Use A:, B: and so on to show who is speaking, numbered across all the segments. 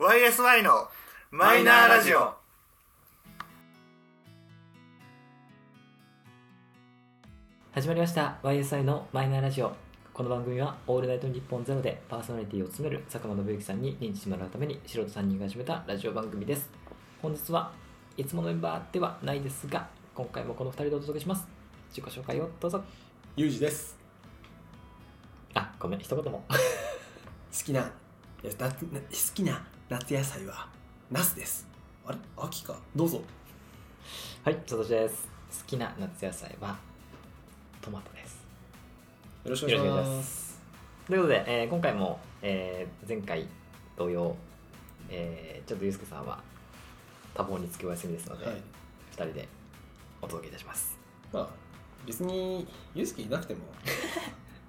A: YSY のマイナーラジオ
B: 始まりました YSI のマイナーラジオこの番組は「オールナイトニッポンゼロでパーソナリティを務める佐久間信之さんに認知してもらうために素人3人が始めたラジオ番組です本日はいつものメンバーではないですが今回もこの2人でお届けします自己紹介をどうぞ
C: ゆうじです
B: あごめん一言も
C: 好きないやな好きな夏野菜はナスですあれ秋かどうぞ
B: はい佐藤です好きな夏野菜はトマトです
C: よろし
B: くお願いしますということで、えー今回も、えー前回同様、えーちょっとゆうすけさんは多忙につきお休みですので、
C: はい
B: 2人でお届けいたします
C: まあ別にゆうすけいなく てもっ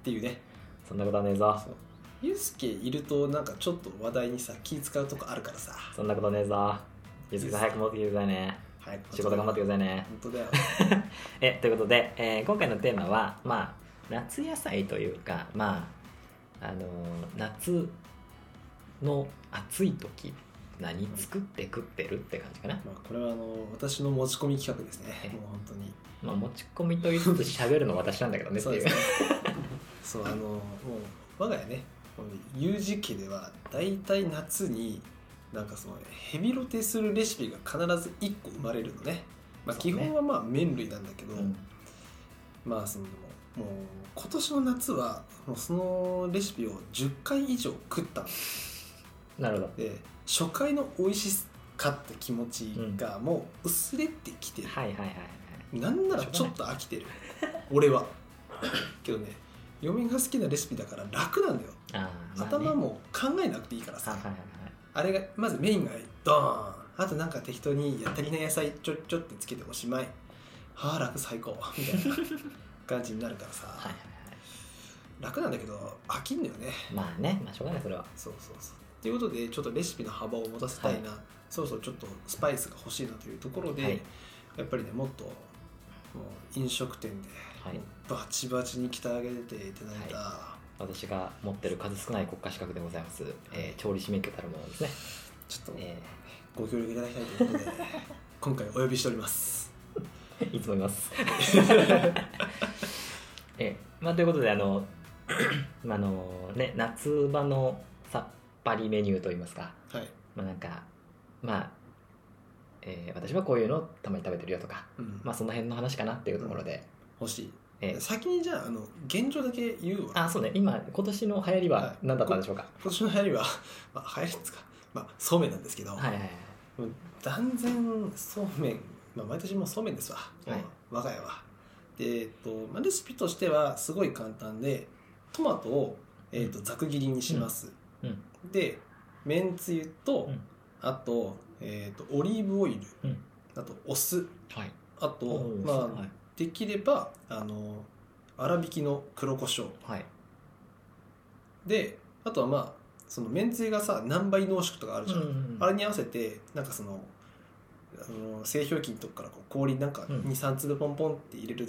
C: ていうね
B: そんなことはねえぞ
C: そうゆうすけいるとなんかちょっと話題にさ気使うとこあるからさ
B: そんなことねえぞゆうすけさん早く戻ってきてくださいね
C: はい
B: 仕事頑張ってくださいね
C: 本当だよ
B: えということで、えー今回のテーマはまあ夏野菜というかまああのー夏の暑い時何作って食ってるって感じかな
C: まあこれはあの私の持ち込み企画ですね
B: はい
C: もう本当に
B: まあ、持ち込みと言いつつ喋るの私なんだけどねって
C: そう
B: い
C: で
B: う
C: すね そうあのもう我が家ねこの U 字家では大体夏になんかそのヘビロテするレシピが必ず1個生まれるのね、まあ、
B: そうね
C: 基本はまあ麺類なんだけど、
B: うん
C: まあそのもう今年の夏はもうそのレシピを10回以上食ったの
B: なるほど
C: で初回の美味しかった気持ちがもう薄れてきてる、
B: はいはいはいはい
C: なんならちょっと飽きてる俺はけどね嫁が好きなレシピだから楽なんだよ
B: あー、まあね
C: 頭も考えなくていいから
B: あ
C: さ
B: はいはいはい
C: あれがまずメインがドーンあとなんか適当にやったりない野菜ちょちょってつけておしまいはあ楽最高みたいな感じになるからさ、
B: はいはいはい
C: 楽なんだけど飽きんだよね
B: まあねまあしょうがないそれは
C: そうそうそうということでちょっとレシピの幅を持たせたいな、そろそろちょっとスパイスが欲しいなというところで、
B: はい
C: やっぱりねもっともう飲食店で
B: はい
C: バチバチに鍛え上げていただいた、
B: 私が持ってる数少ない国家資格でございます、えー調理師免許たるものですね、
C: ちょっと
B: え
C: ご協力いただきたいという ことで今回お呼びしております
B: ーいつもいます えーまあということであのまああのね夏場のさっぱりメニューといいますか
C: はい、
B: まあなんかまあ、えー私はこういうのをたまに食べてるよとか
C: うん
B: まあその辺の話かなっていうところで、
C: 欲しい、
B: えー
C: 先にじゃああの現状だけ言うわ
B: あそうね今今年の流行りは何だったんでしょうか、
C: 今年の流行りは、 まあ、流行りですか、まあ、そうめんなんですけど、
B: はいはいはい
C: もう断然そうめん、まあ、毎年もうそうめんですわ、
B: はい
C: 我が家はで、えっとまあ、レシピとしてはすごい簡単でトマトを、えっとざく切りにします、
B: うん
C: でめんつゆと、
B: うん
C: あと,、えっとオリーブオイル、
B: うん
C: あとお酢
B: はい
C: あと、
B: おー
C: まあ
B: はい
C: できればあの粗挽きの黒胡椒
B: はい
C: であとはまあそのめんつゆがさ何倍濃縮とかあるじゃん、
B: うん
C: あれに合わせてなんかそのあの製氷機のとこからこう氷なんか
B: うん
C: 23粒ポンポンって入れる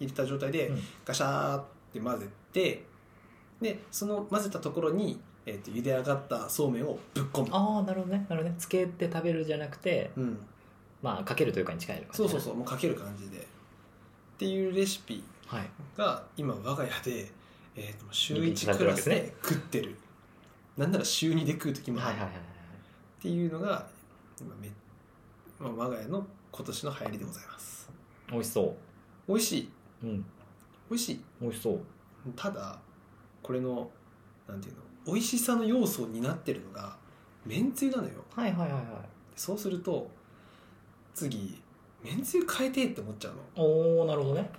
C: 入れた状態で
B: うん
C: ガシャーって混ぜてでその混ぜたところに、えっと茹で上がったそうめんをぶっ込む、
B: ああなるほどねなるほどねつけて食べるじゃなくて
C: うん、
B: まあかけるというかに近いのかな
C: そうそうそうもうかける感じでっていうレシピ
B: はい
C: が今我が家で、えー、と週
B: リピートさ
C: 1
B: れて
C: ク
B: るわ
C: ラス
B: けですね
C: で食ってるなんなら週2で食う時もあ
B: はい
C: る、
B: はいはいはい
C: っていうのが今め、まあ、我が家の今年の流行りでございます
B: 美味しそ
C: 美味しいう
B: うん
C: 美味しい
B: 美味しそう
C: ただこれのなんていうの美味しさの要素になってるのがめんつゆなのよ
B: はいはいはいはい
C: そうすると次めんつゆ変えてって思っちゃうの
B: おおなるほどね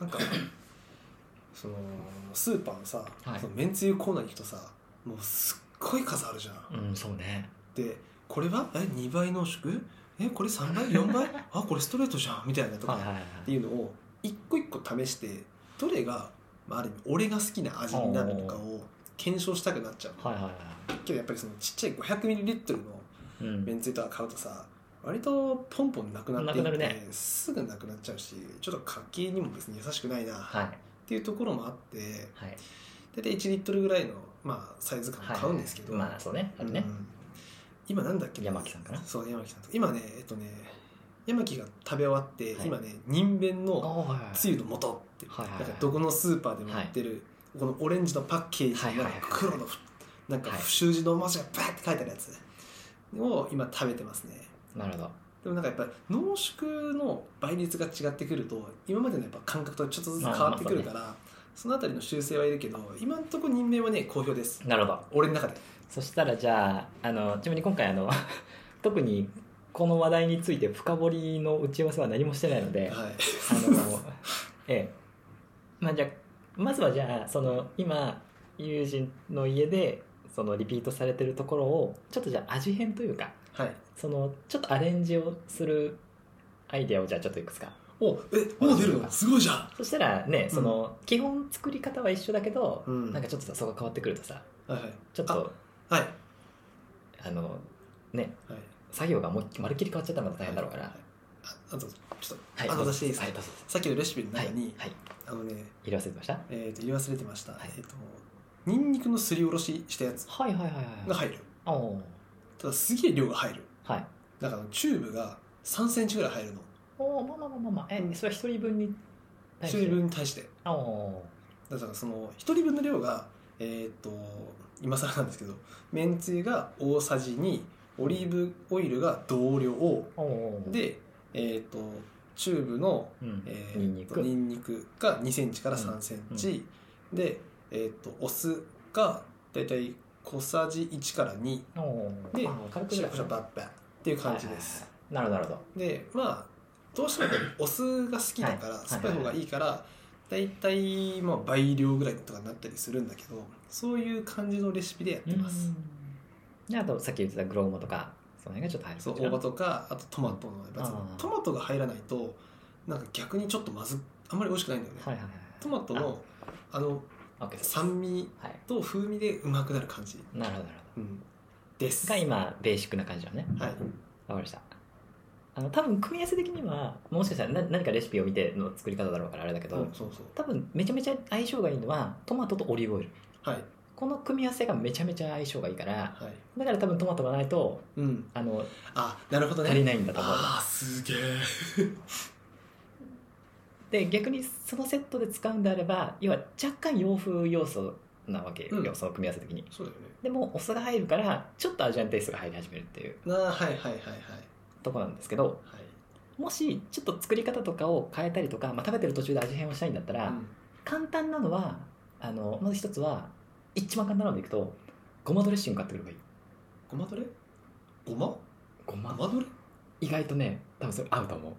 C: なん かそのスーパーのさ、
B: はい
C: そのめんつゆコーナーに行くとさもうすっごい数あるじゃん
B: うんそうね
C: でこれはえ2倍濃縮えこれ3倍4倍 あこれストレートじゃんみたいなとか、
B: はいはいはい
C: っていうのを一個一個試してどれが、まあ、ある意味俺が好きな味になるのかを検証したくなっちゃう
B: はいはいは
C: けどやっぱりそのちっちゃい 500ml の
B: いうん
C: めんつゆとか買うとさ割とポンポンなくなってい
B: な
C: って、
B: くなるね
C: すぐなくなっちゃうしちょっと家計にも別に優しくないな
B: はい
C: っていうところもあって
B: はい
C: 大体1リットルぐらいの、まあ、サイズ感を買うんですけど、
B: はいまあそうねあれね
C: うん今なんだっけな
B: 山木さんかな
C: そう山木さんと今ねえっとね山木が食べ終わって、
B: はい
C: 今ね人弁
B: あ
C: の
B: あはいはい
C: つゆの素って、
B: はいはいはい
C: なんかどこのスーパーでも売ってる、このオレンジのパッケージ
B: はい
C: に
B: はい
C: なん
B: はい
C: か黒のふなんか不習字の文字がバーって書いてあるやつを今食べてますね
B: なるほど
C: でもなんかやっぱり濃縮の倍率が違ってくると今までのやっぱ感覚とちょっとずつ変わってくるから、そのあたりの修正はいるけど今のところ任命はね好評です
B: なるほど
C: 俺の中で
B: そしたらじゃああのちなみに今回あの 特にこの話題について深掘りの打ち合わせは何もしてないの
C: は
B: で
C: い
B: あのええまあじゃあまずはじゃあその今友人の家でそのリピートされてるところをちょっとじゃあ味変というか
C: はい
B: そのちょっとアレンジをするアイデアをじゃあちょっといくつか
C: おえもう出るのすごいじゃん
B: そしたらねその、基本作り方は一緒だけど、
C: うん
B: なんかちょっとさそこが変わってくるとさ
C: はいはい
B: ちょっと
C: はい
B: あのね
C: はい
B: 作業がもうまるっきり変わっちゃったのが大変だろうから、
C: はいああとちょっと
B: はい
C: あの私いいですか
B: はいどうぞ
C: さっきのレシピの
B: はい
C: 中に、
B: はい
C: あのね
B: 入れ忘れてました
C: えっ、と入れ忘れてました、
B: はい
C: えっ、とニンニクのすりおろししたやつ
B: はいはいはい
C: が
B: はい
C: 入る
B: あおー
C: ただすげえ量が入る
B: はい
C: だからチューブが3センチぐらい入るの
B: おーまあまあまあまあまあえそれは一人分に対
C: 一
B: して
C: 人分に対して
B: あお
C: だからその一人分の量がえーっと今更なんですけどめんつゆが大さじ2オリーブオイルが同量
B: ーおー、
C: でえーっとチューブの、
B: うん
C: え
B: ニン
C: ー
B: ニ
C: っと
B: ク
C: ニンニクが2センチから3センチ、でえーっとお酢がだいたい小さじ1から2
B: おー
C: で
B: あー軽く
C: シ
B: ぐ
C: ャバ
B: らい
C: シャバッバッっていう感じです、
B: はいはいはいなるほどなる
C: でまあどうしてもやっぱりお酢が好きだから
B: はい
C: 酸っぱい方がいいから大体まあ倍量ぐらいとかになったりするんだけどそういう感じのレシピでやっ
B: ほど
C: てます
B: うんじゃああとさっき言ってたグローモとかその辺がちょっと入る
C: そう
B: 感じか
C: 大
B: な
C: 葉とかあとトマトのやっぱりその
B: あー
C: トマトが入らないとなんか逆にちょっとまずあんまり美味しくないんだよね、
B: はいはいはい
C: トマトのあの
B: あ OK です
C: 酸味
B: はい
C: と風味でうまくなる感じ、
B: なるほどなるほ
C: うん、です
B: どが今ベーシックな感じだね
C: はい
B: わかりましたあの多分組み合わせ的にはもしかしたらな何かレシピを見ての作り方だろうからあれだけど、
C: うんそうそう
B: 多分めちゃめちゃ相性がいいのはトマトとオリーブオイル
C: はい
B: この組み合わせがめちゃめちゃ相性がいいから
C: はい
B: だから多分トマトがないと
C: うん
B: あの
C: あなるほどね
B: 足りないんだと思う
C: ああすげえ
B: で逆にそのセットで使うんであれば要は若干洋風要素なわけよ、
C: うん
B: その組み合わせ的に
C: そうだよね
B: でもお酢が入るからちょっとアジアンテイストが入り始めるっていう
C: なあはいはいはいはい
B: ところなんですけど
C: はい
B: もしちょっと作り方とかを変えたりとか、まあ、食べてる途中で味変をしたいんだったら、簡単なのはあのまず一つは一番簡単なのでいくとごまドレッシング買ってくればいい
C: ごまどれごま
B: ご
C: ご
B: ま
C: まどれ
B: 意外とね多分それ合うと思う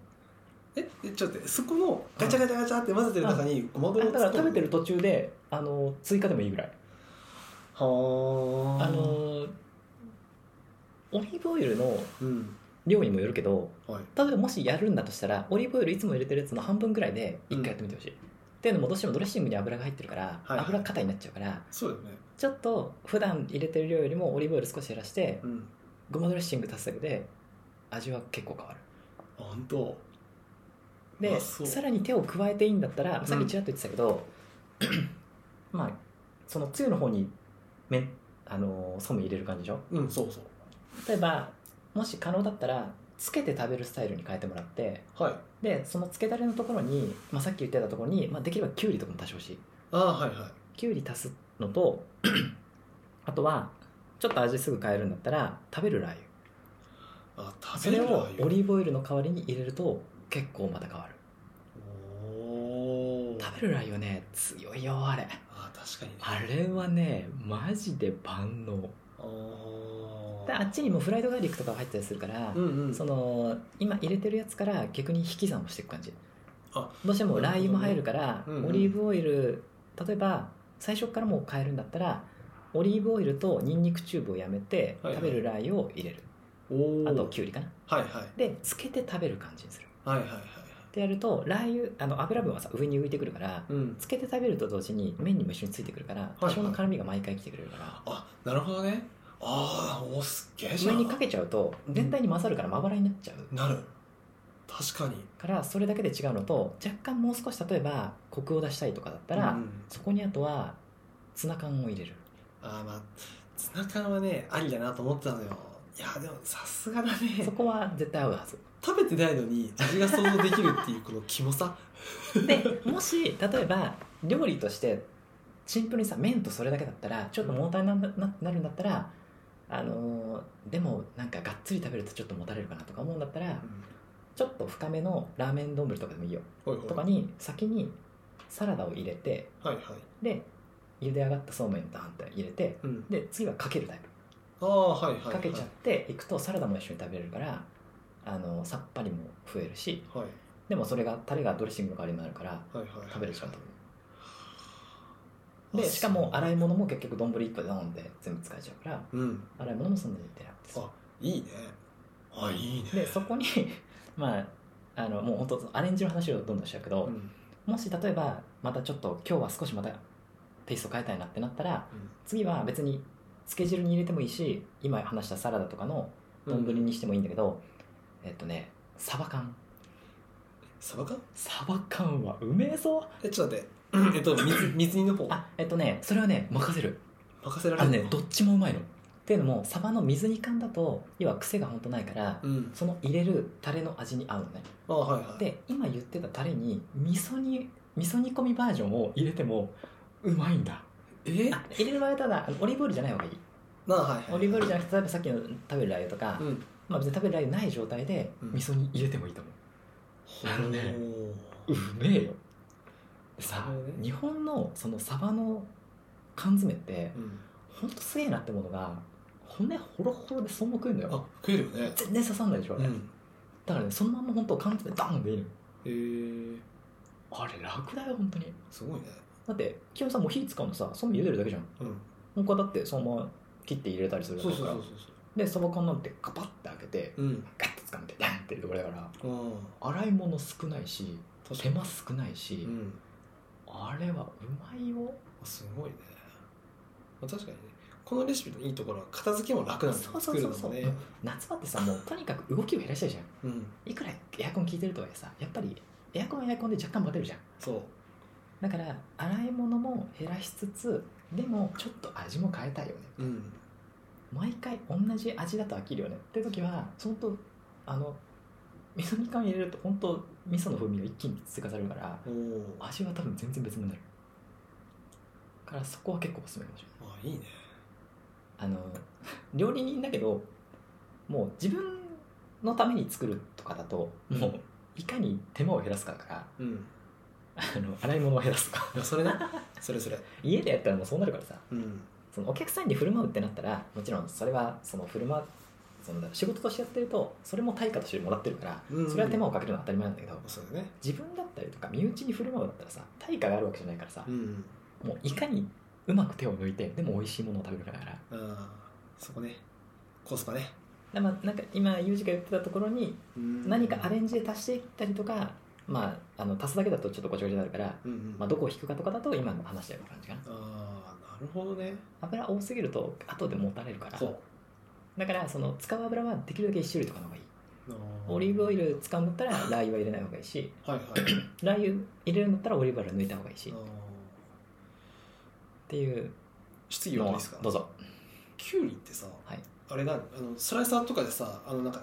C: ええちょっと待ってそこのガチャガチャガチャって混ぜてる中にごまどれ
B: だ
C: を
B: から食べてる
C: と
B: 途中であの追加でもいいぐらい
C: は
B: あのオリーブオイルの
C: うん
B: 量にもよるけど
C: はい
B: 例えばもしやるんだとしたらオリーブオイルいつも入れてるやつの半分ぐらいで一回やってみてほしい、っていうのもどうしてもドレッシングに油が入ってるから、
C: はい
B: 油が硬になっちゃうから
C: そうだよね
B: ちょっと普段入れてる量よりもオリーブオイル少し減らして
C: うん
B: ごまドレッシング足すだけで味は結構変わる
C: あ本当
B: で
C: あそう
B: さらに手を加えていいんだったら
C: ん
B: さっきちらっと言ってたけど、 まあそのつゆの方にめあのーソム入れる感じでしょ
C: うんそうそう
B: 例えばもし可能だったらつけて食べるスタイルに変えてもらって
C: はい
B: でそのつけだれのところに、まあ、さっき言ってたところに、まあ、できればきゅうりとかも足してほしい
C: ああはいはい
B: きゅうり足すのと あとはちょっと味すぐ変えるんだったら食べるラー油
C: あ
B: そ
C: 食べ
B: れ
C: る
B: をオ
C: お
B: リーブオイルの代わりに入れると結構また変わる
C: おー
B: 食べるラー油ね強いよあれ
C: あ確かにね
B: あれはねマジで万能
C: あー
B: であっちにもフライドガーリックとかが入ったりするから、
C: うんうん
B: その今入れてるやつから逆に引き算をしていく感じ
C: あ
B: どうしてもラー油も入るから、
C: うんうん
B: オリーブオイル例えば最初からもう変えるんだったらオリーブオイルとニンニクチューブをやめて、
C: はいはい
B: 食べるラー油を入れる
C: おー
B: あときゅうりかな
C: はいはい
B: でつけて食べる感じにする
C: はいはいはいはい
B: ってやるとラー油あの油分はさ上に浮いてくるから、
C: うん
B: つけて食べると同時に麺にも一緒についてくるから
C: いは
B: 多
C: い
B: 少の辛みが毎回来てくれるから、
C: あなるほどねああおーすっげえじゃ
B: 上
C: ん
B: にかけちゃうと全体に混ざるからまばらになっちゃう
C: なる確かに
B: からそれだけで違うのと若干もう少し例えばコクを出したいとかだったら、
C: うん
B: そこにあとはツナ缶を入れる
C: あーまあツナ缶はねありだなと思ってたのよいやでもさすがだね
B: そこは絶対合うはず
C: 食べてないのに味が想像できるっていうこのキモ さ
B: で もし例えば料理としてシンプルにさ麺とそれだけだったらちょっと物足りなくななるんだったらあのーでもなんかがっつり食べるとちょっともたれるかなとか思うんだったらちょっと深めのラーメン丼とかでもいいよ
C: おいおい
B: とかに先にサラダを入れて
C: はいはい、
B: で茹で上がったそうめんをダーンって入れて
C: うん、
B: で次はかけるタイ
C: ああはいはいは
B: プ
C: い
B: かけちゃっていくとサラダも一緒に食べれるからあのさっぱりも増えるし
C: はい
B: でもそれがタレがドレッシングの代わりになるから
C: はいはい
B: 食べる時間と
C: あ
B: でしかも
C: そう
B: 洗い物も結局丼1個で飲んで全部使えちゃうから
C: うん
B: 洗い物もそんなに出なくてさ
C: あいいねあいいね
B: でそこに まああのもう本当アレンジの話をどんどんしちゃうけど、
C: うん
B: もし例えばまたちょっと今日は少しまたテイスト変えたいなってなったら次は別につけ汁に入れてもいいし今話したサラダとかの
C: うん
B: 丼にしてもいいんだけど、えっとねサバ缶
C: サバ缶
B: サバ缶はうめえぞ
C: えちょっと待ってえっ と水水煮の方
B: あえっとねそれはね任せる
C: 任せられ
B: あ
C: る
B: の
C: の
B: ねどっちもうまいのっていうのもサバの水煮缶だと要は癖がほんとないから、
C: うん
B: その入れるタレの味に合うのね
C: あはいはい
B: で今言ってたタレに味噌に味噌煮込みバージョンを入れてもうまいんだ
C: え
B: あ入れる場合はただあのオリーブオイルじゃない方がいい
C: なあはいはい
B: オリーブオイルじゃなくて例えばさっきの食べるラー油とか、
C: うん
B: まあ、別に食べるラー油ない状態で
C: うん
B: 味噌に入れてもいいと思あのね
C: ほ
B: う、うめえよでさ、
C: なるほどね
B: 日本のそのサバの缶詰って
C: ううん
B: ほんとすげえなってものが骨ホロホロでそんな食えんだよ
C: あ食えるよね
B: 全然刺さんないでしょあれ、
C: うん
B: だからねそのまんま本当缶詰ダンでいいのよ
C: へえ
B: あれ楽だよ本当に
C: すごいね
B: だって基本さもう火使うのさそうめん茹でるだけじゃん
C: うん
B: 他だってそのまま切って入れたりするだ
C: そ
B: け
C: う
B: だ
C: そ
B: か
C: う
B: ら
C: そうそう
B: でサバ缶なんてカパッて開けて
C: そううん
B: ガッて掴んでダンっていうところだから
C: あ
B: 洗い物少ないし
C: あ確
B: 手
C: かに
B: 間少ないし、
C: うん
B: あれはうまいよ
C: すごいねまあ確かにねこのレシピのいいところは片付けも楽なんだ
B: そうそ
C: 作
B: う
C: るのも
B: そうそう、
C: ね
B: 夏場ってさもうとにかく動きを減らしたいじゃん
C: うん
B: いくらエアコン効いてるとはいえさやっぱりエアコンはエアコンで若干バテるじゃん
C: そう
B: だから洗い物も減らしつつでもちょっと味も変えたいよね
C: うん
B: 毎回同じ味だと飽きるよねって時は相当あの味噌煮缶入れると本当味噌の風味が一気に追加されるから
C: おお
B: 味は多分全然別になるだからそこは結構おすすめかもしれない
C: あいいね
B: あの料理人だけどもう自分のために作るとかだともういかに手間を減らすかだから
C: うん
B: あの洗い物を減らすとか
C: いやそれねそれそれ
B: 家でやったらもうそうなるからさ
C: うん
B: そのお客さんに振る舞うってなったらもちろんそれはその振る舞うその仕事としてやってるとそれも対価としてもらってるから
C: うんうん
B: それは手間をかけるのは当たり前なんだけど
C: そうだね
B: 自分だったりとか身内に振る舞うだったらさ対価があるわけじゃないからさ
C: うん
B: もういかにうまく手を抜いてでも美味しいものを食べるかだから
C: あーそこねコスパね
B: でまあなんか今ユージが言ってたところに何
C: 何
B: かアレンジで足していったりとか、まあ、あの足すだけだとちょっとごちゃごちゃになるから、
C: うんうん
B: まあ、どこを引くかとかだと今の話したような感じかな
C: ああなるほどね
B: 油多すぎると後でもたれるから
C: そう
B: だからその使う油はできるだけ1種類とかの方がいい
C: あー
B: オリーブオイル使うんだったらラー油は入れない方がいいし
C: はいはい
B: ラー油入れるんだったらオリーブオイル抜いた方がいいし
C: あ
B: っ
C: ー
B: ていう
C: 質疑応
B: の
C: 答い
B: を
C: いですか
B: どうぞ
C: きゅうりってさ、
B: はい
C: あれなんあのスライサーとかでさあのなんか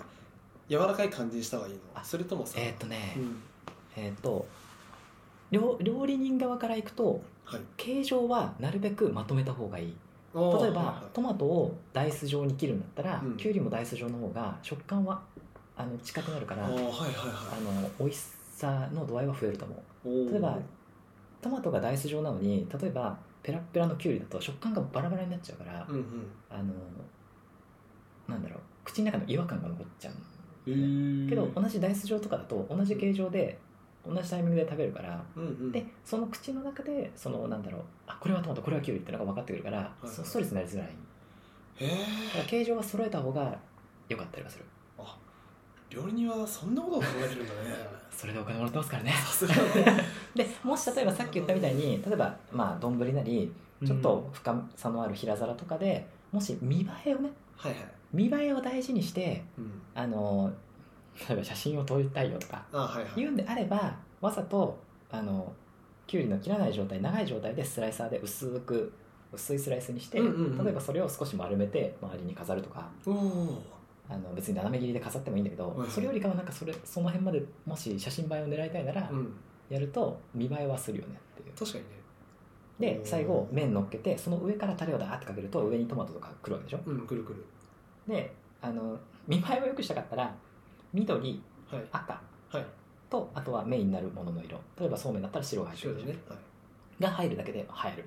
C: 柔らかい感じにした方がいいの
B: あ
C: それともさ
B: えーっとね
C: うん
B: えーっと料料理人側からいくと
C: はい、
B: 形状はなるべくまとめた方がいい例えばトマトをダイス状に切るんだったら、
C: うん
B: きゅうりもダイス状の方が食感はあの近くなるか
C: あー
B: らあ
C: はい
B: の
C: はいはい
B: 美味しさの度合いは増えると思う
C: おー
B: 例えばトマトがダイス状なのに例えばペラッペラのきゅうりだと食感がバラバラになっちゃうから、
C: うんうん
B: あのなんだろう口の中の違和感が残っちゃう
C: へー
B: けど同じダイス状とかだと同じ形状で同じタイミングで食べるから
C: うんうん
B: でその口の中でそのなんだろうあこれはトマトこれはきゅうりってのが分かってくるから、
C: いはい
B: そのストレスになりづらい
C: へえ
B: だから形状は揃えた方が良かったりはする
C: あ料理人はそんなことを考えてるんだね
B: それでお金もらってますからね
C: さすがだね
B: でもし例えばさっき言ったみたいに例えばまあ丼なりちょっ
C: うん
B: と深さのある平皿とかでもし見栄えをね
C: はいはい、
B: 見栄えを大事にして
C: うん、
B: あの例えば写真を撮りたいよとか
C: あはいはい
B: 言うんであればわざとあのきゅうりの切らない状態長い状態でスライサーで薄く薄いスライスにして、
C: うんうんうん
B: 例えばそれを少し丸めて周りに飾るとか
C: おお
B: あの別に斜め切りで飾ってもいいんだけど、
C: うん
B: それよりかはなんかそれその辺までもし写真映えを狙いたいなら、
C: うん、
B: やると見栄えはするよねっていう
C: 確かにね
B: で
C: うん
B: 最後麺乗っけてその上からタレをダーってかけると上にトマトとか黒いでしょ
C: うんくるくる
B: であの見栄えを良くしたかったら緑
C: はい
B: 赤
C: はい
B: とあとはメインになるものの色例えばそうめんだったら白が入って
C: 白
B: るで
C: だ
B: しょ、
C: ねはい
B: が入るだけで映える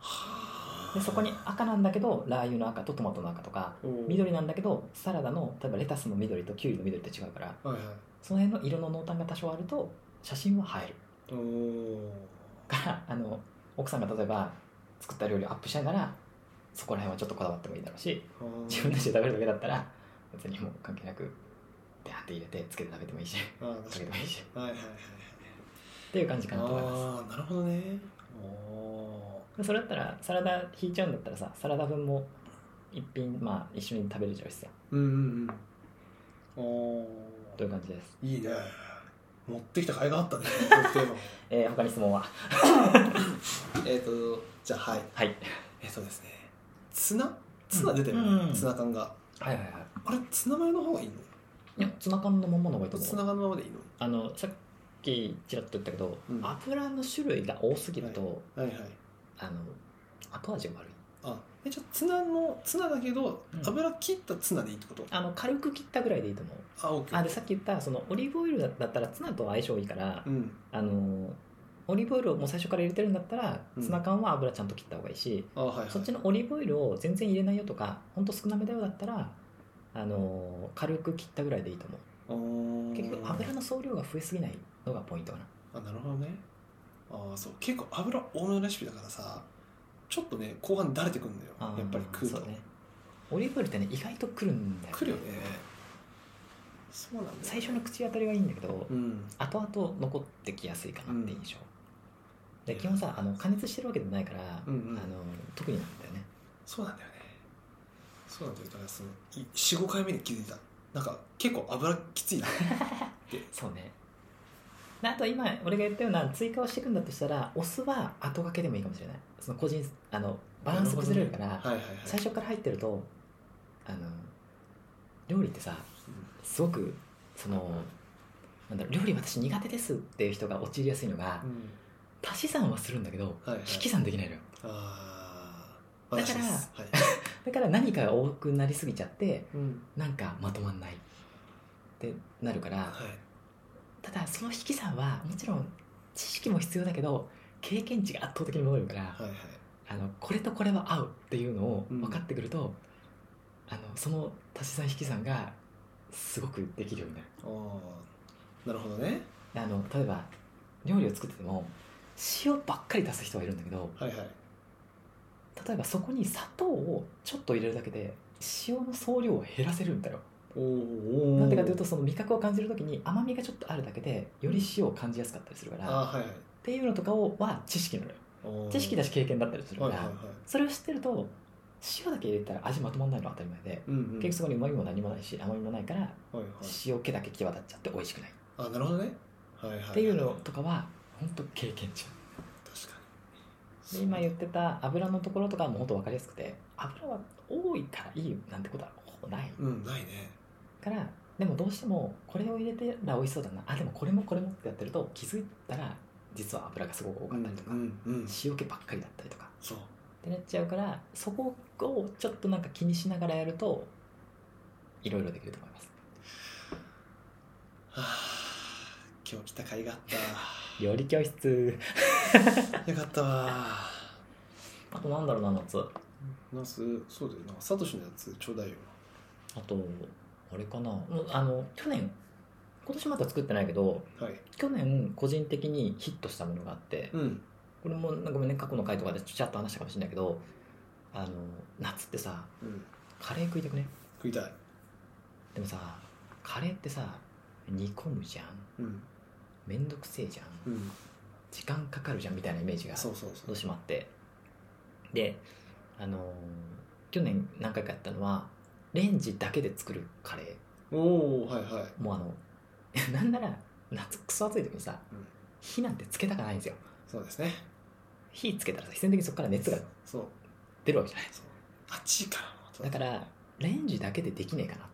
C: は
B: でそこに赤なんだけどラー油の赤とトマトの赤とか緑なんだけどサラダの例えばレタスの緑とキュウリの緑って違うから
C: はいはい
B: その辺の色の濃淡が多少あると写真は映える
C: おー
B: からあの奥さんが例えば作った料理をアップしながらそこら辺はちょっとこだわってもいいだろうし
C: あー
B: 自分たちで食べるだけだったら別にもう関係なくダーって入れてつけて食べてもいいし
C: あー
B: か
C: 確
B: けて
C: か
B: もいいし
C: にはいはいはい
B: っていう感じかなと思いま
C: はいああなるほどねお
B: すそれだったらサラダ引いちゃうんだったらさサラダ分も一品まあ一緒に食べれちゃうしさ
C: ーうんうんうんおー
B: という感じです、
C: いいね持ってきた甲斐があったねこ のテーマ
B: えー、他に質問は
C: えっとじゃあはい
B: はい
C: えっ、とですねツナツナ出てるよね、
B: うん
C: ツナ缶が
B: はいはいはい
C: あれツナマヨの方がいい
B: いやツナ缶のまんまの方がいい
C: の
B: と
C: ツナ
B: 思う
C: 缶のままでいいの
B: あのさっきちらっと言ったけど、
C: うん
B: 油の種類が多すぎると、
C: はいはい
B: あの後味が悪い
C: あえじゃあツナのツナだけど、
B: うん
C: 油切ったツナでいいってこと
B: あの軽く切ったぐらいでいいと思う
C: あオッケー
B: あでさっき言ったそのオリーブオイルだったらツナと相性いいから、
C: うん
B: あのオリーブオイルをもう最初から入れてるんだったら
C: うん
B: ツナ缶は油ちゃんと切った方がいいし、
C: あはいはい
B: そっちのオリーブオイルを全然入れないよとかほんと少なめだよだったらあの軽く切ったぐらいでいいと思う
C: あー
B: 結局油の総量が増えすぎないのがポイントか
C: あ
B: な
C: なるほどねああそう結構油多めのレシピだからさちょっとね後半だれてくんだよ
B: あー
C: やっぱり食うと
B: そうねオリーブオイルってね意外とくるんだよ
C: 来るよねそうなんだよね
B: 最初の口当たりはいいんだけど、
C: うん
B: 後々残ってきやすいかなって印象、で基本さあの加熱してるわけでもないから、
C: うんうん
B: あの特になんだよね
C: そうなんだよねそうなんだよだからその45回目に気づいたなんか結構油きつい な
B: そうねであと今俺が言ったような追加をしていくんだとしたらお酢は後掛けでもいいかもしれないその個人あのバランス崩れるから
C: はいはいはい
B: 最初から入ってるとあの料理ってさすごくそのなんだろう料理私苦手ですっていう人が陥りやすいのが
C: うん
B: 足し算はするんだけど
C: はいはい
B: 引き算できないのよ
C: ああ
B: だから
C: はい、
B: だから何かが多くなりすぎちゃって
C: うん
B: なんかまとまんないってなるから
C: はい
B: ただその引き算はもちろん知識も必要だけど経験値が圧倒的に戻るから、
C: はいはい
B: あのこれとこれは合うっていうのを
C: うん
B: 分かってくると、あのその足し算引き算がすごくできるようになる
C: ああなるほどね
B: あの例えば料理を作ってても塩ばっかり足す人がいるんだけど
C: はいはい
B: 例えばそこに砂糖をちょっと入れるだけで塩の総量を減らせるんだよ
C: おお
B: なんでかというとその味覚を感じる時に甘みがちょっとあるだけでより塩を感じやすかったりするから、
C: あ
B: っ
C: ーはいはい
B: ていうのとかをは知識なのよ
C: おー
B: 知識だし経験だったりするか
C: はい
B: ら、
C: はいはい
B: それを知ってると塩だけ入れたら味まとまらないのは当たり前で、
C: うんうん
B: 結局そこにうまみも何もないし甘みもないから
C: はいはい
B: 塩気だけ際立っちゃって美味しくない、
C: あなるほどねはいはい
B: っていうのとかは本当経験値
C: 確か
B: で
C: に
B: 今言ってた油のところとかも本当分かりやすくて油は多いからいいなんてことはほぼない
C: うんないね
B: からでもどうしてもこれを入れてら美味しそうだなあでもこれもこれもってやってると気づいたら実は油がすごく多かったりとか、
C: うんうん
B: 塩気ばっかりだったりとか
C: そう
B: ってなっちゃうからそこをちょっとなんか気にしながらやるといろいろできると思います
C: はあ今日来た甲斐があっ
B: 料理教室
C: たよかったわ
B: あとなんだろうな夏あ
C: ナスそうだよなサトシのやつちょうだいよ
B: とあれかなうんあの去年今年まだ作ってないけど
C: はい
B: 去年個人的にヒットしたものがあって
C: うん
B: これもなんかごめんね過去の回とかでちゃっと話したかもしれないけどあの夏ってさ
C: うん
B: カレー食いたくね
C: 食いたい
B: でもさカレーってさ煮込むじゃん
C: うん
B: めんどくせえじゃん
C: うん
B: 時間かかるじゃんみたいなイメージが
C: そうそうそ
B: ど
C: う
B: うしてもあってであのー去年何回かやったのはレンジだけで作るカレー
C: おおはいはい
B: もうあの なんなら夏クソ暑い時にさ、
C: うん
B: 火なんてつけたくないんですよ
C: そうですね
B: 火つけたらさ必然的にそこから熱が
C: そう
B: 出るわけじゃない
C: そう暑いからもう
B: だからレンジだけでできねえかなっ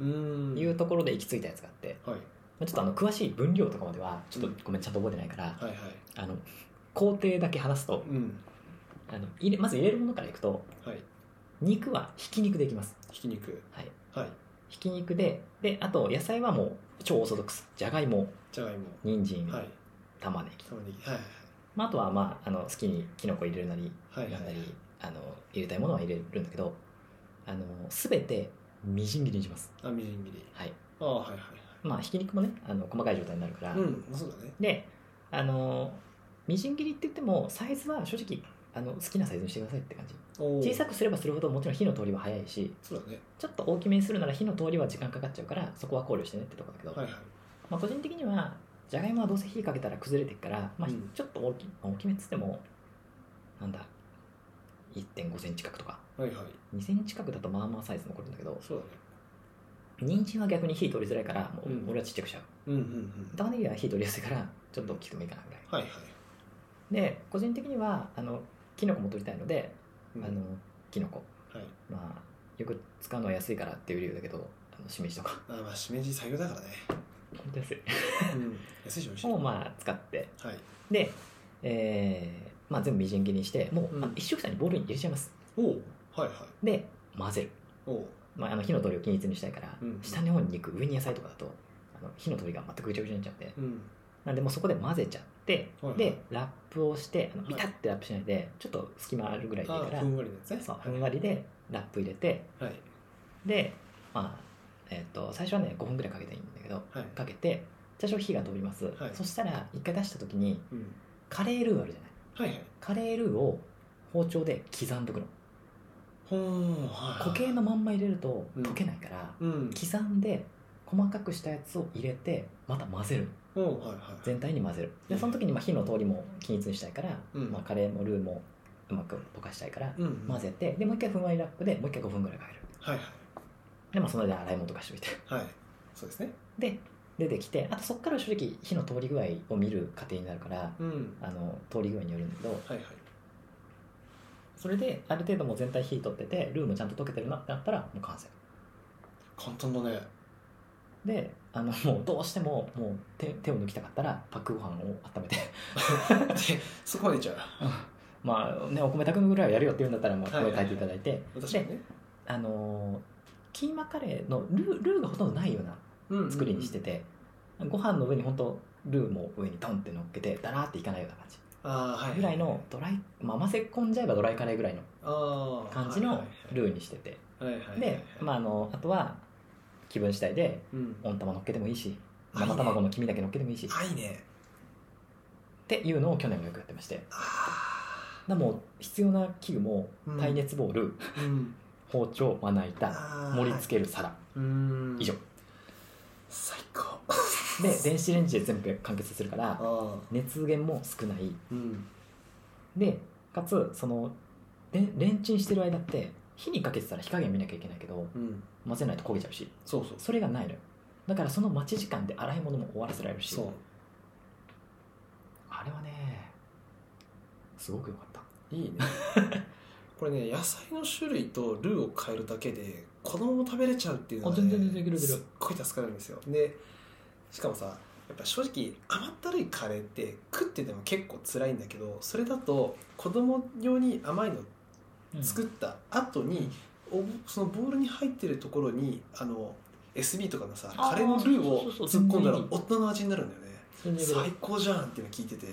C: うーん
B: ていうところで行き着いたやつがあって、
C: はい
B: まあちょっとあの詳しい分量とかまではちょっ
C: うん
B: とごめんちゃんと覚えてないから、
C: はいはい
B: あの工程だけ話すと
C: うん
B: あの入れまず入れるものからいくと
C: はい
B: 肉はひき肉でいきます、
C: ひき肉
B: はい、
C: はい
B: ひき肉でであと野菜はもう超オーソドックスじゃがいも
C: じゃがいも
B: 人参、
C: はい
B: 玉ねぎ、
C: 玉ねぎはい
B: まあ、あとは、まあ、あの好きにきのこ入れるなり
C: はいはい
B: なん
C: は
B: ないりあの入れたいものは入れるんだけどあの全てみじん切りにします、
C: あみじん切り
B: はい
C: ああはいはい
B: まあ、ひき肉もねあの細かい状態になるから、
C: はいうんそうだね
B: であのみじん切りって言ってもサイズは正直あの好きなサイズにしてくださいって感じ
C: おー
B: 小さくすればするほどもちろん火の通りは早いし
C: そうだね
B: ちょっと大きめにするなら火の通りは時間かかっちゃうからそこは考慮してねってとこだけど、
C: はいはい
B: まあ、個人的にはじゃがいもはどうせ火かけたら崩れていくから、まあ
C: うん、
B: ちょっと大き,、大きめっつってもなんだ1 5センチ角とか
C: はいはい
B: 2センチ角だとまあまあサイズ残るんだけど
C: そうだね
B: 人参は逆に火通りづらいからも
C: うん
B: う俺はちっちゃくしちゃ
C: う
B: う、
C: んうんうん
B: 玉ねぎは火通りやすいからちょっと大きくてもいいかなぐらい
C: はいはい
B: で個人的にはあのキノコも取りたいので、
C: うん
B: あのキノコ
C: はい
B: まあよく使うのは安いからっていう理由だけどあのしめじ とか
C: あまあしめじ最強だ からね
B: 本当 安い
C: うん安いし美味しい
B: を
C: は
B: まあ使って
C: い
B: で、えーまあ、全部みじん切りにしてもう、
C: うん
B: あ一食単にボウルに入れちゃいます
C: おおはいはい
B: で混ぜる、
C: おお
B: まあ、あの火の通りを均一にしたいから、
C: うん
B: 下の方に肉上に野菜とかだとあの火の通りが全くぐちゃぐちゃになっちゃって
C: うん
B: なんでもうそこで混ぜちゃって、
C: はい
B: でラップをしてあの
C: はい
B: ビタッてラップしないで、ちょっと隙間あるぐらいでいい
C: あ
B: から
C: ふんわりのやつね
B: そうふんわりでラップ入れて
C: はい
B: でまあえっ、と最初はね5分ぐらいかけていいんだけど
C: はい
B: かけて最初火が通ります、
C: はい
B: そしたら一回出した時に
C: うん
B: カレールーあるじゃない
C: はいはい
B: カレールーを包丁で刻んどくの
C: ほーはい
B: 固形のまんま入れると
C: うん
B: 溶けないから、
C: うん
B: 刻んで細かくしたやつを入れてまた混ぜる
C: おおはいはい
B: 全体に混ぜる
C: う
B: で
C: ん
B: その時にまあ火の通りも均一にしたいから、
C: うん
B: まあ、カレーもルーもうまく溶かしたいから
C: うんうん
B: 混ぜてでもう一回ふんわりラップでもう一回5分ぐらいかける
C: はいはい
B: でまあその間洗い物とかしておいて
C: はいそうですね
B: で出てきてあとそこから正直火の通り具合を見る過程になるから
C: うん
B: あの通り具合によるんだけど
C: はいはい
B: それである程度もう全体火取っててルーもちゃんと溶けてるなってなったらもう完成
C: 簡単だ ね
B: であの もうどうしてももう手手を抜きたかったらパックご飯を温めて
C: そこまでいっちゃう
B: まあねお米炊くぐらいはやるよって言うんだったらもう
C: はいはい
B: 米
C: はい
B: 炊いていただいて、
C: 私
B: で
C: もね
B: あのーキーマカレーのルールーがほとんどないような
C: うん
B: 作りにしてて、ご飯の上に本当ルーも上にドンって乗っけてだらーっていかないような感じ
C: あーはい
B: ぐらいのドライ、まあ、混ぜ込んじゃえばドライカレーぐらいの
C: あー
B: 感じのルーにしてて、
C: はいはいはいはいはい
B: で、まあ、あのあとは気分次第で
C: うん
B: 温玉乗っけてもいいし
C: あいいね
B: 生卵の黄身だけ乗っけてもいいしっ
C: あいいね
B: ていうのを去年もよくやってまして
C: あ
B: でも必要な器具も
C: うん
B: 耐熱ボウル、
C: ーうん
B: 包丁まな板
C: あー
B: 盛り付ける皿
C: うん
B: 以上
C: 最高
B: で電子レンジで全部完結するから
C: あ
B: 熱源も少ない
C: ーうん
B: でかつそのレンレンチンしてる間って火にかけてたら火加減見なきゃいけないけど
C: うん
B: 混ぜないと焦げちゃうし
C: そうそう
B: それがないのよだからその待ち時間で洗い物も終わらせられるし
C: そう
B: あれはねすごく良かった
C: いいねこれね野菜の種類とルーを変えるだけで子供も食べれちゃうっていうのが、ね、
B: あ全然全然いけるいける
C: すっごい助かるんですよでしかもさやっぱ正直甘ったるいカレーって食ってても結構辛いんだけどそれだと子供用に甘いの作った後に、おそのボウルに入ってるところにあの SB とかのさ
B: あー
C: カレーのルーを
B: そうそうそう
C: 突っ込んだら
B: 全然いい
C: 大人の味になるんだよね
B: 全然いける
C: 最高じゃんっていうの聞いてて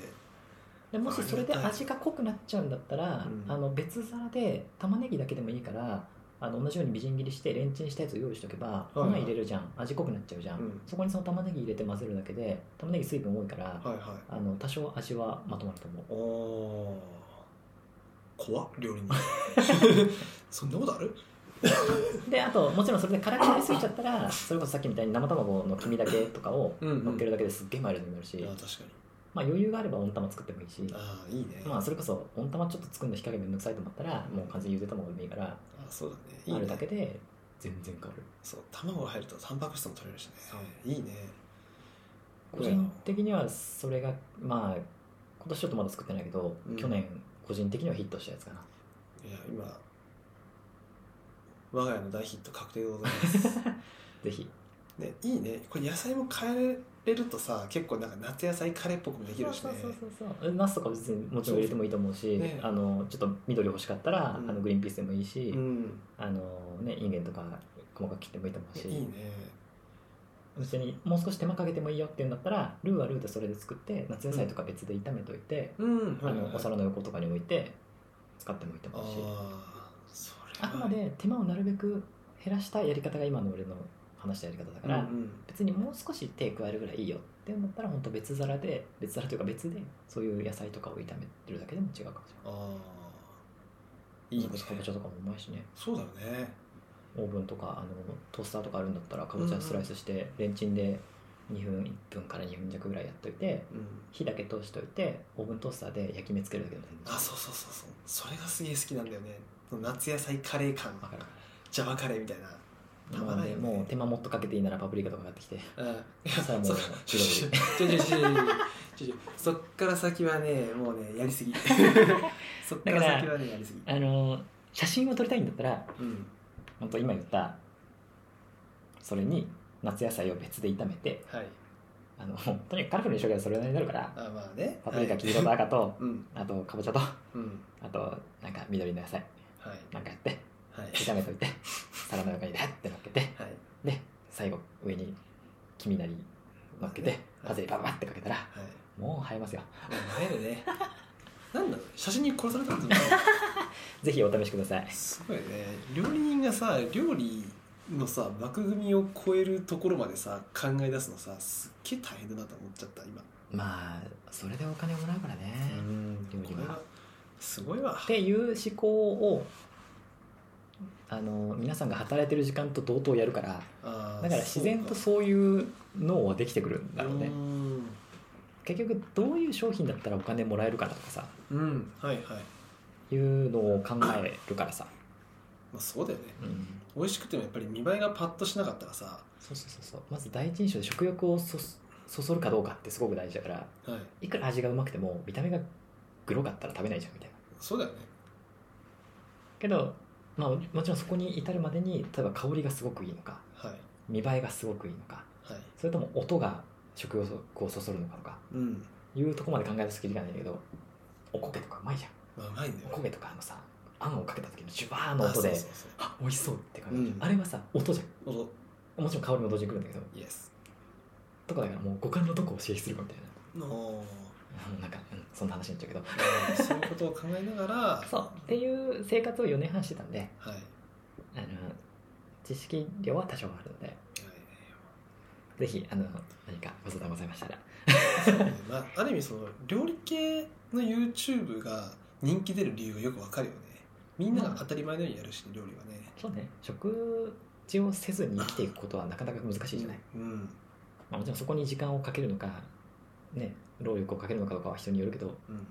B: でもしそれで味が濃くなっちゃうんだったら、
C: うん
B: あの別皿で玉ねぎだけでもいいからあの同じようにみじん切りしてレンチンしたやつを用意しとけば
C: い
B: 粉
C: はい
B: 入れるじゃん味濃くなっちゃうじゃん、
C: うん
B: そこにその玉ねぎ入れて混ぜるだけで玉ねぎ水分多いから、
C: はいはい
B: あの多少味はまとまると
C: お
B: 思う
C: ー怖っ料理人 そんなことある
B: であともちろんそれで辛くなりすぎちゃったらそれこそさっきみたいに生卵の黄身だけとかを
C: うんうん
B: 乗っけるだけですっげえマイルドになるし、
C: いや確かに
B: まあ、余裕があれば温玉作ってもいいし
C: ああいいね、
B: まあ、それこそ温玉ちょっと作るの火加減めんどくさいと思ったらもう完全にゆで卵でもいいから
C: あそうだねいい
B: あ
C: ね
B: るだけで全然変わる
C: そう卵が入るとタンパク質も取れるしね
B: そう
C: いいね
B: 個人的にはそれがまあ今年ちょっとまだ作ってないけど、
C: うん
B: 去年個人的にはヒットしたやつかない
C: や今我が家の大ヒット確定でござい ます、
B: ぜひ
C: ね、いいねこれ野菜も変えれるとさ結構なんか夏野菜カレーっぽくもできるし
B: そ
C: ね
B: うそうそうそうナスとか別にもちろん入れてもいいと思うし
C: ね
B: あのちょっと緑欲しかったら、
C: うん
B: あのグリーンピースでもいいし、
C: うん
B: あのねインゲンとか細かく切ってもいいと思うし
C: いいね
B: 別にもう少し手間かけてもいいよっていうんだったらルーはルーでそれで作って夏野菜とか別で炒めといて、
C: うん
B: あのお皿の横とかに置いて使ってもいいと
C: あ
B: 思うし
C: あそれ
B: あ
C: は
B: くまで手間をなるべく減らしたやり方が今の俺の話したやり方だから、
C: うんうん
B: 別にもう少し手加えるぐらいいいよって思ったら本当別皿で別皿というか別でそういう野菜とかを炒めてるだけでも違うかもしれない
C: ああいいね
B: それこそかぼちゃとかもうまいしね
C: そうだよね
B: オーブンとかあのトースターとかあるんだったらかぼちゃスライスしてレンチンで2分1分から2分弱ぐらいやっといて
C: うん
B: 火だけ通しておいてオーブントースターで焼き目つけるだけでも全然
C: あそうそうそうそうそれがすげえ好きなんだよね夏野菜カレー感
B: わかるわか
C: ジャワカレーみたいな
B: る
C: たまらないよね
B: もう手間もっとかけていいならパプリカとか買ってきて
C: うんいや
B: それはもう
C: そ
B: 中毒
C: ちょ
B: で
C: ちょちょちょちょちょちょそっから先はねもうねやり すぎそっから先はねやりすぎ
B: あの写真を撮りたいんだったら
C: うん
B: 本当今言ったそれに夏野菜を別で炒めて
C: はい
B: あのとにかくカラフルにしとけばそれなりになるから
C: あまあね
B: パプリカ
C: はい
B: 黄色と赤と
C: うん
B: あとかぼちゃと
C: うん
B: あとなんか緑の野菜
C: はい
B: なんかやって
C: はい
B: 炒めといてサラダの中にダッて乗っけて
C: はい
B: で最後上に黄身なり乗っけてパセリバババってかけたら
C: はい
B: もう映えますよ
C: もう映える ねなんだろう写真に殺されたんだろ
B: ぜひお試しくださいう
C: すごいね料理人がさ料理のさ枠組みを超えるところまでさ考え出すのさすっげえ大変だなと思っちゃった今
B: まあそれでお金をもらうからね
C: うん
B: 料理は
C: これはすごいわ
B: っていう思考をあの皆さんが働いてる時間と同等やるから
C: あー
B: だから自然と
C: そ
B: そういう脳はできてくるん
C: う
B: だ
C: か
B: ろうね
C: ん
B: 結局どういう商品だったらお金もらえるかなとかさ
C: うんはいはいま
B: いうのを考えるからさ、
C: あそうだよね
B: うん、
C: 美味しくてもやっぱり見栄えがパッとしなかったらさ
B: そうそうそうそうまず第一印象で食欲をそそそるかどうかってすごく大事だから
C: はい
B: いくら味がうまくても見た目がグロかったら食べないじゃんみたいな
C: そうだよね
B: けど、まあ、もちろんそこに至るまでに例えば香りがすごくいいのか
C: はい
B: 見栄えがすごくいいのか
C: はい
B: それとも音が食欲をそそるのかとか
C: うん
B: いうとこまで考え出すきりがないんだけどおこげとかうまいじゃん
C: まあうまいんだ
B: お
C: よ
B: こげとかあのさあんをかけた時のジュバー
C: あ
B: の音
C: そう
B: で
C: そうそう
B: あ美味しそうって感じ、
C: うん
B: あれはさ音じ
C: 音
B: ゃんもちろん香りも同時にくるんだけど
C: イエス
B: とかだからもう五感のどこを刺激するかみたいな
C: の
B: うん なんか、うん、そんな話になっちゃうけど
C: そういうことを考えながら
B: そうっていう生活を4年半してたんで
C: はいはい
B: あの知識量は多少あるのでぜひあの何かご相談ございましたら
C: そうねまあ、ある意味その料理系の YouTube が人気出る理由がよくわかるよねみんなが当たり前のようにやるし、ね、料理はね
B: そうね食事をせずに生きていくことはなかなか難しいじゃない、
C: うん
B: まあ、もちろんそこに時間をかけるのかね労力をかけるのかどうかは人によるけど
C: うん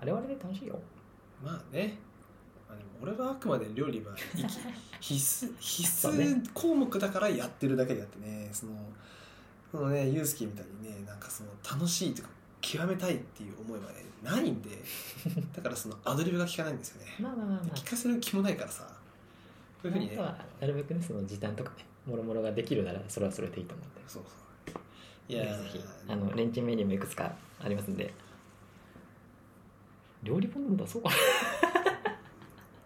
B: あれはあれで楽しいよ
C: まあね、まあ、でも俺はあくまで料理は生 き必須必
B: そうね
C: 須項目だからやってるだけであってねそのそのねユースケみたいにねなんかその楽しいとか極めたいっていう思いはねない んでだからそのアドリブが効かないんですよね
B: まあまあまあま
C: 聞かせる気もないからさこういうふうにね
B: あとはなるべくねその時短とかねもろもろができるならそれはそれでいいと思うんで
C: そうそういやー
B: ぜひあのレンチンメニューもいくつかありますんで料理本でも出そうかな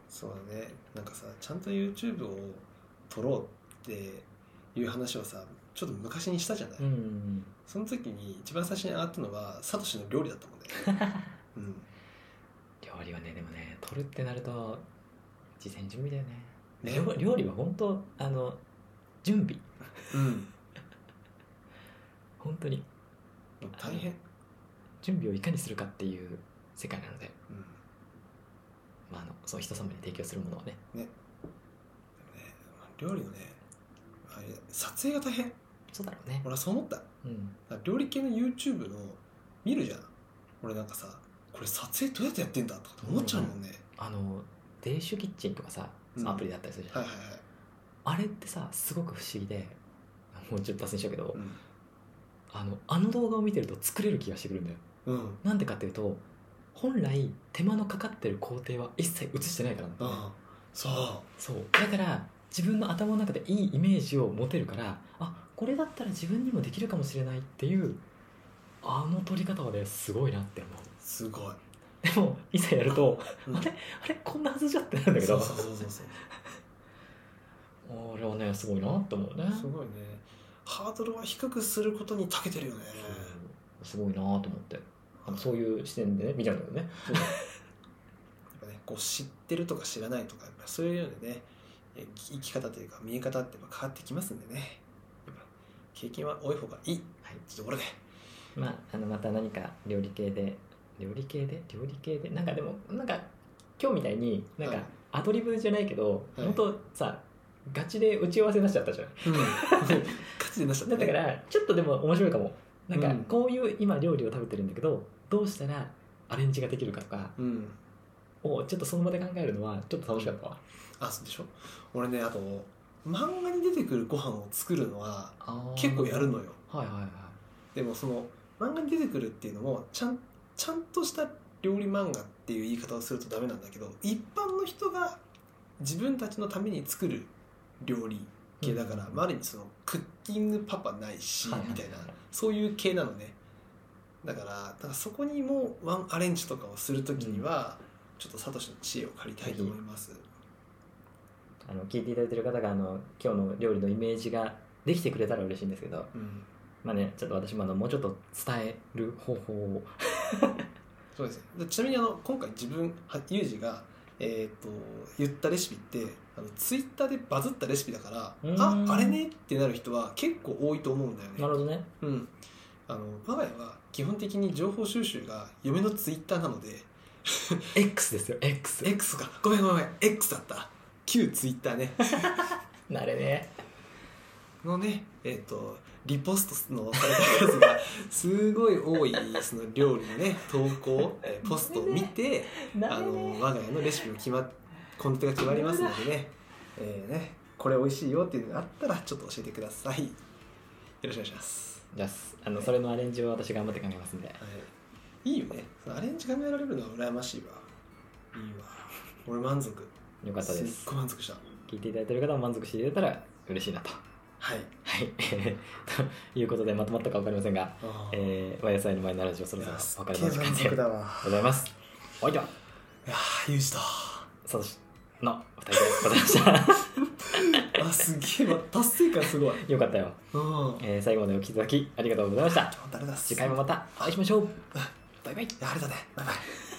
C: そうだねなんかさちゃんと YouTube を撮ろうっていう話をさちょっと昔にしたじゃない、
B: うん
C: その時に一番最初に上がったのはサトシの料理だったもんね、うん、
B: 料理はねでもね取るってなると事前準備だよね
C: ね
B: 料料理は本当あの準備
C: うん
B: 本当に
C: 大変、
B: 準備をいかにするかっていう世界なので、
C: うんね
B: まあ、あのその人様に提供するものはね
C: 料理のねあれ撮影が大変
B: そうだろうね
C: 俺はそう思っただか
B: うん
C: ら料理系の YouTube の見るじゃん俺なんかさこれ撮影どうやってやってんだとかって思っちゃうもんね、
B: あのデイシュキッチンとかさ
C: うん
B: アプリだったりするじゃん、
C: はいはいはい
B: あれってさすごく不思議でもうちょっと脱線しちゃうけど、
C: うん
B: あのあの動画を見てると作れる気がしてくるんだよ
C: うん
B: なんでかっていうと本来手間のかかってる工程は一切映してないからなんだね
C: あそ
B: そうだから自分の頭の中でいいイメージを持てるからあこれだったら自分にもできるかもしれないっていうあの取り方はねすごいなって思
C: うすごい、
B: うでもいざや ると
C: うん
B: あれあれこんなはずじゃってなるんだけ
C: そ
B: ど
C: うそうそうそうそう
B: 俺はねすごいなって思うね
C: すごいねハードルは低くすることに長けてるよね
B: すごいなと思ってあのそういう視点でね見ちゃうんだよね
C: そうやっぱねこう知ってるとか知らないとかやっぱそういうのでねえ生き方というか見え方ってやっぱ変わってきますんでねやっぱ経験は多い方がいい
B: はい
C: ってところで
B: まあ、あのまた何か料理系で料理系で料理系でなんかでもなんか今日みたいになんか
C: はい
B: アドリブじゃないけど、
C: はい
B: 本当さガチで打ち合わせ出しちゃったじゃん
C: うん 勝ちでなしちゃった
B: だっ
C: ね
B: たからちょっとでも面白いかもなんか
C: うん
B: こういう今料理を食べてるんだけどどうしたらアレンジができるかとか
C: うん
B: をちょっとその場で考えるのはちょっと楽しかったわ
C: あそうでしょ俺ねあと漫画に出てくるご飯を作るのは結構やるのよ
B: はいはいはい
C: でもその漫画に出てくるっていうのもちゃんちゃんとした料理漫画っていう言い方をするとダメなんだけど一般の人が自分たちのために作る料理系だから、
B: うん
C: まあある意味そのクッキングパパないし、
B: はいはいはい
C: みたいなそういう系なのねだからだからそこにもワンアレンジとかをする時には、ちょっとサトシの知恵を借りたいと思います、
B: あの聞いていただいてる方があの今日の料理のイメージができてくれたら嬉しいんですけど
C: うん、
B: まあね、ちょっと私もあのもうちょっと伝える方法を、
C: そうですねでちなみにあの今回自分はユージが、えー、と言ったレシピってあのツイッターでバズったレシピだから
B: うーん
C: ああれねってなる人は結構多いと思うんだよ
B: な
C: ね、
B: るほどね、
C: うん、あの我が家は基本的に情報収集が嫁のツイッターなので
B: X ですよ、X。
C: X かごめんごめんごめん X だった旧ツイッターね
B: なれね。
C: のねえっ、とリポストのされたやつがすごい多いその料理のね投稿、えーポストを見て、あ
B: なれ
C: の
B: ね。
C: 我が家のレシピも決まっコンテンツが決まりますのでね,、えーねこれ美味しいよっていうのがあったらちょっと教えてくださいよろしくお願いします、
B: じゃあ、あのそれのアレンジを私頑張って考えますんで。
C: はい、いいよねそのアレンジ考えられるのは羨ましいわいいわ俺満足
B: よかったです
C: っ
B: す。
C: ごい満足した
B: 聞いていただいてる方も満足していただけたら嬉しいなと。
C: はい
B: はい。 ということで、まとまったか分かりませんが、
C: あー
B: えー、YSI の前のラジオ、そろ
C: い
B: そ
C: や
B: ろ別
C: すっ
B: れ
C: げ
B: の
C: え
B: 時
C: 満
B: 間で
C: 足
B: ござ
C: だわ
B: います。おいでは、
C: いやーユージだ
B: サトシのお二人でございました。
C: あすげえわ達成感すごい
B: よかったよ、
C: うん本
B: えー。最後までお聞きいただきありがとうございました。
C: 当あれだ
B: 次回もまたお会いしましょう。バイバイ。
C: いやあれだねバイバイ